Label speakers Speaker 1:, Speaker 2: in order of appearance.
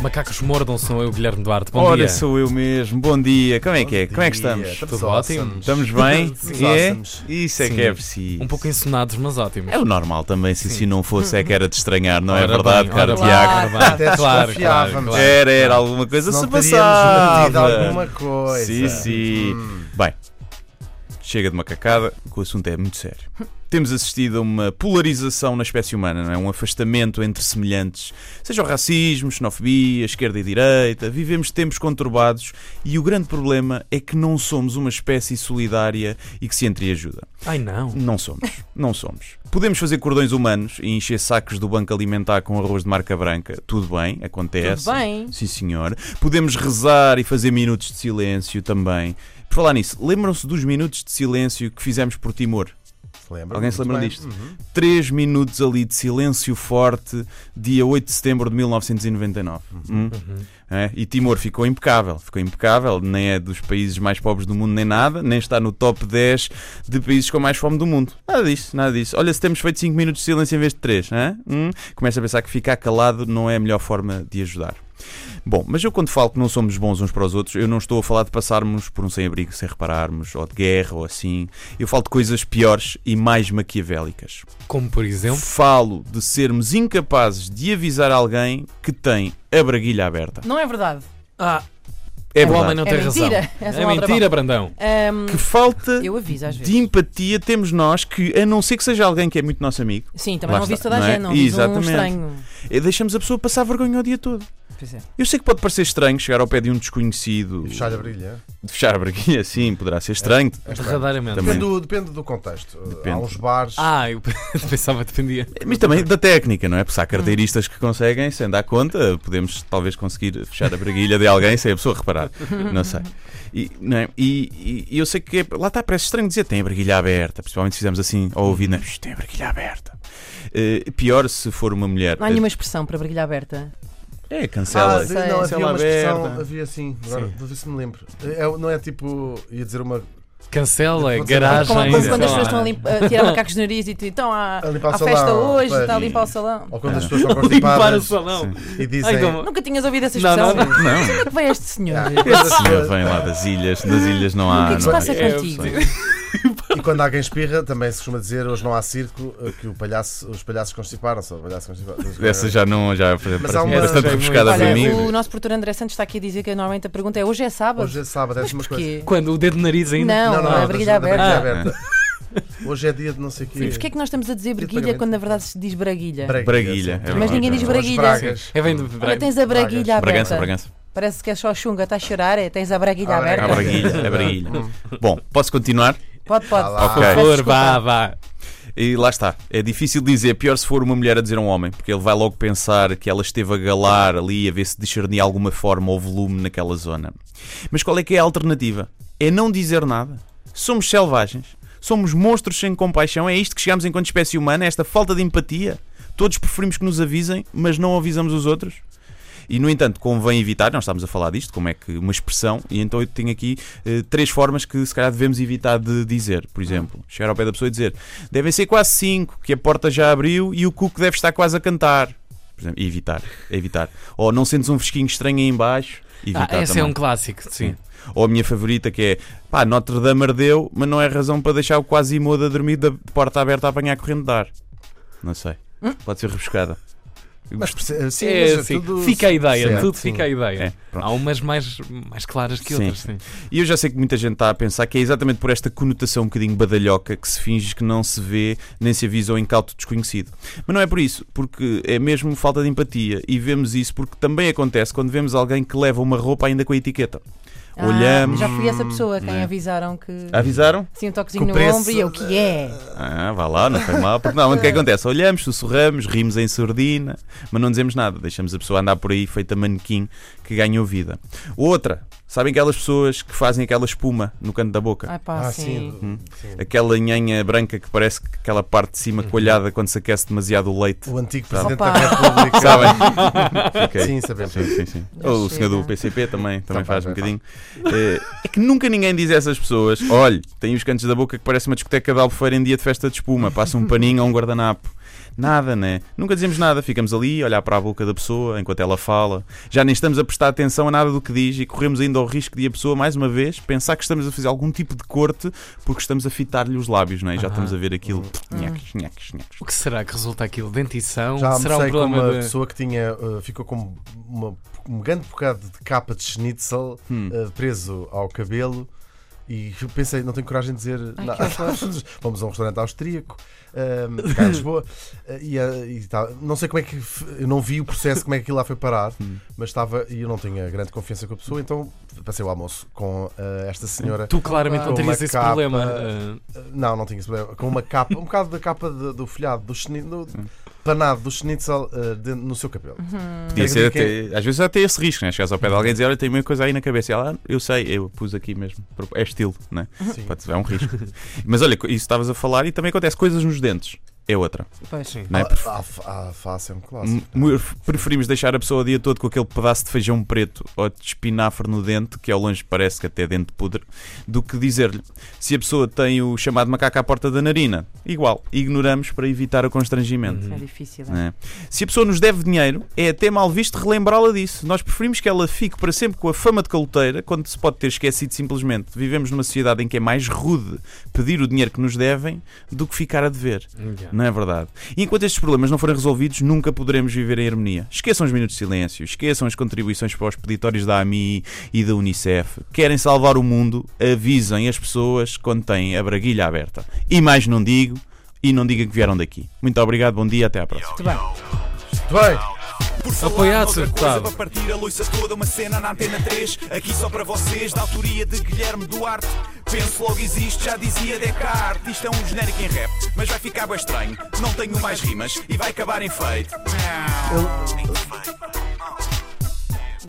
Speaker 1: Macacos mordam, sou eu, Guilherme Duarte. Bom
Speaker 2: Ora,
Speaker 1: dia.
Speaker 2: sou eu mesmo. Bom dia. Como é que é? Como é que estamos?
Speaker 1: Tudo ótimo.
Speaker 2: Estamos bem?
Speaker 3: Sim.
Speaker 2: é?
Speaker 3: Awesome.
Speaker 2: Isso é
Speaker 1: Sim.
Speaker 2: que é preciso.
Speaker 1: Um pouco ensonados, mas ótimos.
Speaker 2: É o normal também, se assim não fosse é que era de estranhar, não é
Speaker 1: Ora
Speaker 2: verdade,
Speaker 1: bem,
Speaker 2: caro
Speaker 1: ora bem,
Speaker 2: Tiago?
Speaker 1: ora bem.
Speaker 3: Até
Speaker 1: Claro, claro,
Speaker 3: desconfiávamos.
Speaker 1: claro.
Speaker 2: Era, era, alguma coisa
Speaker 3: não
Speaker 2: se
Speaker 3: teríamos mantido
Speaker 2: passava.
Speaker 3: alguma coisa.
Speaker 4: é.
Speaker 2: Sim,
Speaker 3: Hum.
Speaker 2: sim. Bem, chega de macacada, que o assunto é muito sério. Temos assistido a uma polarização na espécie humana, não é? um afastamento entre semelhantes, seja o racismo, xenofobia, esquerda e direita. Vivemos tempos conturbados e o grande problema é que não somos uma espécie solidária e que se entreajuda.
Speaker 1: Ai não.
Speaker 2: Não somos, não somos. Podemos fazer cordões humanos e encher sacos do banco alimentar com arroz de marca branca, tudo bem, acontece.
Speaker 4: Tudo bem.
Speaker 2: Sim, senhor. Podemos rezar e fazer minutos de silêncio também. Por falar nisso, lembram-se dos minutos de silêncio que fizemos por Timor?
Speaker 3: Lembra?
Speaker 2: Alguém se
Speaker 3: Muito
Speaker 2: lembra
Speaker 3: bem.
Speaker 2: disto? Uhum. Três minutos ali de silêncio forte, dia 8 de setembro de 1999. Hum? É, E Timor ficou impecável, ficou impecável, nem é dos países mais pobres do mundo, nem nada, nem está no top 10 de países com mais fome do mundo. Nada disso, nada disso. Olha, se temos feito 5 minutos de silêncio em vez de 3, começa a pensar que ficar calado não é a melhor forma de ajudar. Bom, mas eu quando falo que não somos bons uns para os outros, eu não estou a falar de passarmos por um sem-abrigo sem repararmos, ou de guerra, ou assim. Eu falo de coisas piores e mais maquiavélicas.
Speaker 1: Como por
Speaker 2: Eu
Speaker 1: exemplo.
Speaker 2: falo de sermos incapazes de avisar alguém que tem a braguilha aberta.
Speaker 4: Não é verdade.
Speaker 1: Ah,
Speaker 2: É
Speaker 1: o homem
Speaker 2: verdade.
Speaker 1: não
Speaker 4: É
Speaker 1: tem razão.
Speaker 4: mentira. Essa
Speaker 1: É
Speaker 4: não há
Speaker 1: mentira, Brandão.
Speaker 4: Ahm,
Speaker 2: Que falta
Speaker 4: eu aviso às
Speaker 2: de
Speaker 4: vezes.
Speaker 2: empatia temos nós que, a não ser que seja alguém que é muito nosso amigo,
Speaker 4: Sim, também
Speaker 2: Lá
Speaker 4: não aviso
Speaker 2: está,
Speaker 4: toda a
Speaker 2: não é?
Speaker 4: gente, não aviso um
Speaker 2: Exatamente.
Speaker 4: estranho.
Speaker 2: eh, deixamos a pessoa passar vergonha o dia todo.
Speaker 4: Pois é.
Speaker 2: Eu sei que pode parecer estranho chegar ao pé de um desconhecido,
Speaker 3: Fechar a brilha. é.
Speaker 2: de fechar a braguilha, sim, poderá ser estranho.
Speaker 4: É
Speaker 1: Verdadeiramente.
Speaker 2: Também.
Speaker 3: Depende do, depende do contexto.
Speaker 2: Depende.
Speaker 3: Há uns bares.
Speaker 1: Ah, eu pensava que dependia.
Speaker 2: Mas também da técnica, não é?
Speaker 4: Hum.
Speaker 2: Porque se há carteiristas que conseguem, sem dar conta, podemos talvez conseguir fechar a braguilha de alguém sem a pessoa reparar.
Speaker 4: Uhum.
Speaker 2: Não sei. E, não é? e, e- e eu sei que é- lá está, parece estranho dizer tem a braguilha aberta, principalmente se fizermos assim ao ouvido, não é? "Shh, tem a braguilha aberta. Eh, pior se for uma mulher.
Speaker 4: Não há nenhuma expressão para brilhar aberta.
Speaker 2: É,
Speaker 3: Ah,
Speaker 2: cancela.
Speaker 3: sim,
Speaker 4: sei.
Speaker 3: não,
Speaker 2: Sei
Speaker 3: havia
Speaker 2: lá,
Speaker 3: uma expressão,
Speaker 2: aberta.
Speaker 3: havia assim, agora vou ver se me lembro. É- é- não é tipo, ia dizer uma.
Speaker 1: Cancela,
Speaker 3: Como-
Speaker 1: garagem.
Speaker 4: Como, como
Speaker 1: sei
Speaker 4: quando as
Speaker 1: lá.
Speaker 4: pessoas estão a, limpa- a tirar macacos de nariz e então há,
Speaker 3: A limpar o
Speaker 4: há festa
Speaker 3: salão,
Speaker 4: hoje,
Speaker 3: pois.
Speaker 4: está a limpar o salão.
Speaker 3: Ou quando as
Speaker 2: Ah.
Speaker 3: pessoas estão
Speaker 1: Limpar o
Speaker 3: constipadas
Speaker 1: salão.
Speaker 3: e
Speaker 1: Ai,
Speaker 4: é-
Speaker 3: dizem.
Speaker 1: como-
Speaker 4: Nunca tinhas ouvido essa
Speaker 1: Não,
Speaker 4: expressão?
Speaker 1: não, não.
Speaker 2: Não.
Speaker 4: Como é que vai este senhor?
Speaker 3: Ah,
Speaker 4: O
Speaker 3: e quando as
Speaker 2: Esse senhor
Speaker 3: pessoas-
Speaker 2: vem lá das ilhas, das ilhas não há.
Speaker 4: que é que se
Speaker 2: não há.
Speaker 4: passa
Speaker 1: É,
Speaker 4: contigo?
Speaker 3: E quando alguém espirra, também se costuma dizer hoje não há circo, eh, que o palhaço, os palhaços constiparam-se. ou o palhaço constipado-
Speaker 2: Essa já não, já parece
Speaker 3: há uma-
Speaker 2: bastante
Speaker 1: Essa já é
Speaker 2: rebuscada
Speaker 1: muito-
Speaker 2: para
Speaker 4: Olha,
Speaker 2: mim.
Speaker 4: o nosso produtor André Santos está aqui a dizer que normalmente a pergunta é hoje é sábado?
Speaker 3: Hoje é sábado, é
Speaker 4: Mas
Speaker 3: uma coisa.
Speaker 4: porquê?
Speaker 1: Quando o dedo no nariz ainda.
Speaker 4: Não, não, é
Speaker 3: da-
Speaker 4: brilhar
Speaker 3: da
Speaker 4: aberta.
Speaker 3: braguilha
Speaker 1: Ah.
Speaker 3: aberta.
Speaker 2: Ah.
Speaker 3: Hoje é dia de não sei o quê.
Speaker 4: E porquê é que nós estamos a
Speaker 3: Dia
Speaker 4: dizer
Speaker 3: de
Speaker 4: braguilha
Speaker 3: pagamento.
Speaker 4: quando na verdade se diz braguilha?
Speaker 2: Braguilha, é
Speaker 4: Mas ninguém diz
Speaker 3: Ou as
Speaker 4: braguilha.
Speaker 3: bragas.
Speaker 1: É bem do
Speaker 4: Olha, tens a braguilha
Speaker 2: Bragança,
Speaker 4: aberta.
Speaker 2: Bragança.
Speaker 4: Parece que é só a chunga, está a chorar, é? Tens a braguilha
Speaker 3: Ah,
Speaker 2: A
Speaker 4: aberta.
Speaker 3: braguilha.
Speaker 2: braguilha, a braguilha. é
Speaker 4: Hum.
Speaker 2: Bom, posso continuar?
Speaker 4: Pode, pode.
Speaker 3: Ah lá.
Speaker 2: Ok.
Speaker 1: Por
Speaker 4: Peço
Speaker 1: favor,
Speaker 4: desculpa.
Speaker 1: vá, vá.
Speaker 2: E lá está. É difícil dizer, pior se for uma mulher a dizer a um homem, porque ele vai logo pensar que ela esteve a galar ali, a ver se discernia alguma forma ou volume naquela zona. Mas qual é que é a alternativa? É não dizer nada. Somos selvagens. Somos monstros sem compaixão. É isto que chegamos enquanto espécie humana, é esta falta de empatia. Todos preferimos que nos avisem, mas não avisamos os outros. E, no entanto, convém evitar, nós estamos a falar disto, como é que uma expressão, e então eu tenho aqui eh, três formas que se calhar devemos evitar de dizer. Por exemplo, chegar ao pé da pessoa e dizer devem ser quase cinco, que a porta já abriu e o cuco deve estar quase a cantar. Por exemplo, evitar, evitar. Ou não sentes um fresquinho estranho aí embaixo,
Speaker 1: Ah,
Speaker 2: evitar
Speaker 1: esse
Speaker 2: também.
Speaker 1: é um clássico, sim.
Speaker 2: Ou a minha favorita que é pá, Notre Dame ardeu, mas não é razão para deixar o quase imodo a dormir da porta aberta a apanhar corrente de ar. Não sei. Pode ser rebuscada.
Speaker 3: Mas perce- sim,
Speaker 1: É,
Speaker 3: mas é
Speaker 1: sim.
Speaker 3: tudo-
Speaker 1: Fica a ideia,
Speaker 3: certo,
Speaker 1: tudo
Speaker 3: sim.
Speaker 1: fica a ideia.
Speaker 2: É, pronto.
Speaker 1: Há umas mais, mais claras que
Speaker 2: Sim.
Speaker 1: outras, sim.
Speaker 2: E eu já sei que muita gente está a pensar que é exatamente por esta conotação um bocadinho badalhoca que se finge que não se vê nem se avisa ao incauto desconhecido. Mas não é por isso, porque é mesmo falta de empatia e vemos isso porque também acontece quando vemos alguém que leva uma roupa ainda com a etiqueta.
Speaker 4: Ah,
Speaker 2: Olhamos.
Speaker 4: Já fui essa pessoa a quem
Speaker 2: Não é?
Speaker 4: avisaram que.
Speaker 2: Avisaram?
Speaker 4: Sim, um
Speaker 3: Que
Speaker 4: toquezinho
Speaker 3: o
Speaker 4: no
Speaker 3: preço-
Speaker 4: ombro e eu, que é?
Speaker 2: Ah, vá lá, não foi mal. Porque não, o que acontece? Olhamos, sussurramos, rimos em sordina, mas não dizemos nada. Deixamos a pessoa andar por aí feita manequim que ganhou vida. Outra, Sabem aquelas pessoas que fazem aquela espuma no canto da boca?
Speaker 4: Ai pá,
Speaker 3: Ah,
Speaker 4: sim.
Speaker 3: sim. É sim.
Speaker 2: Aquela nhanha branca que parece que aquela parte de cima coalhada quando se aquece demasiado o leite.
Speaker 3: O antigo presidente
Speaker 4: Opa.
Speaker 3: da República.
Speaker 2: Sabem? Ok.
Speaker 3: Sim, sabemos.
Speaker 2: Sim, sim, sim.
Speaker 4: Já
Speaker 2: Ou o
Speaker 4: chega.
Speaker 2: senhor do PCP também, também
Speaker 3: Também
Speaker 2: faz um
Speaker 3: faz.
Speaker 2: bocadinho. Eh, É que nunca ninguém diz a essas pessoas: olha, tem os cantos da boca que parece uma discoteca de albufeira em dia de festa de espuma, passa um paninho ou um guardanapo. Nada, né? Nunca dizemos nada, ficamos ali a olhar para a boca da pessoa enquanto ela fala. Já nem estamos a prestar atenção a nada do que diz e corremos ainda ao risco de a pessoa, mais uma vez, pensar que estamos a fazer algum tipo de corte porque estamos a fitar-lhe os lábios, né? E já
Speaker 1: Aham.
Speaker 2: estamos a ver aquilo. Nheques, nheques, nheques.
Speaker 1: O que será que resulta aquilo? Dentição?
Speaker 3: Já
Speaker 1: será um
Speaker 3: almocei com
Speaker 1: problema
Speaker 3: uma
Speaker 1: de...
Speaker 3: pessoa que tinha, uh, ficou com uma- um grande bocado de capa de schnitzel
Speaker 2: Hum.
Speaker 3: uh, preso ao cabelo e eu pensei, não tenho coragem de dizer
Speaker 4: Ai,
Speaker 3: na-
Speaker 4: que horror.
Speaker 3: Vamos a um restaurante austríaco, um, cá em Lisboa, uh, e, uh, e tá- não sei como é que f- eu não vi o processo, como é que aquilo lá foi parar,
Speaker 2: Hum.
Speaker 3: mas estava e eu não tinha grande confiança com a pessoa, então passei o almoço com uh, esta senhora
Speaker 1: Tu claramente
Speaker 3: Ah,
Speaker 1: não terias
Speaker 3: uma
Speaker 1: esse
Speaker 3: capa.
Speaker 1: problema. eh,
Speaker 3: não, não tinha esse problema. Com uma capa, um bocado da capa de- do folhado, do, schni- do
Speaker 2: Hum.
Speaker 3: panado do schnitzel eh, dentro- no seu cabelo.
Speaker 2: Podia
Speaker 4: Hum,
Speaker 3: Quer
Speaker 2: ser
Speaker 3: dizer que-
Speaker 2: até- às vezes até esse risco, né? Chegas ao pé de alguém e dizer, olha, tem uma coisa aí na cabeça. E ela, "Ah, eu sei, eu pus aqui mesmo. É estilo, né?
Speaker 4: Uhum.
Speaker 3: Sim.
Speaker 2: Pode ser, é um risco. Mas olha, isso estavas a falar e também acontece coisas nos dentes. É outra.
Speaker 4: Pois.
Speaker 1: Sim.
Speaker 2: Não é?
Speaker 3: A, a- a face é um ah, clássico.
Speaker 2: Mu- Preferimos deixar a pessoa o dia todo com aquele pedaço de feijão preto ou de espinafre no dente, que ao longe parece que até dente podre, do que dizer-lhe se a pessoa tem o chamado macaco à porta da narina. Igual, ignoramos para evitar o constrangimento.
Speaker 4: É
Speaker 3: Hum.
Speaker 4: difícil. é?
Speaker 2: né? Se a pessoa nos deve dinheiro, é até mal visto relembrá-la disso. Nós preferimos que ela fique para sempre com a fama de caloteira quando se pode ter esquecido simplesmente. Vivemos numa sociedade em que é mais rude pedir o dinheiro que nos devem do que ficar a dever.
Speaker 1: Yeah.
Speaker 2: Não é verdade? E enquanto estes problemas não forem resolvidos, nunca poderemos viver em harmonia. Esqueçam os minutos de silêncio, esqueçam as contribuições para os peditórios da AMI e da Unicef. Querem salvar o mundo? Avisem as pessoas quando têm a braguilha aberta. E mais não digo, e não digam que vieram daqui. Muito obrigado, bom dia, até à próxima.
Speaker 4: Muito bem.
Speaker 3: Muito bem.
Speaker 5: Por falar
Speaker 1: Apoiado,
Speaker 5: noutra coisa,
Speaker 1: deputado.
Speaker 5: para partir a luz toda uma cena na Antena 3 Aqui só para vocês, da autoria de Guilherme Duarte Penso logo existe, já dizia Descartes Isto é um genérico em rap, mas vai ficar bem estranho Não tenho mais rimas e vai acabar em feito Enfeite.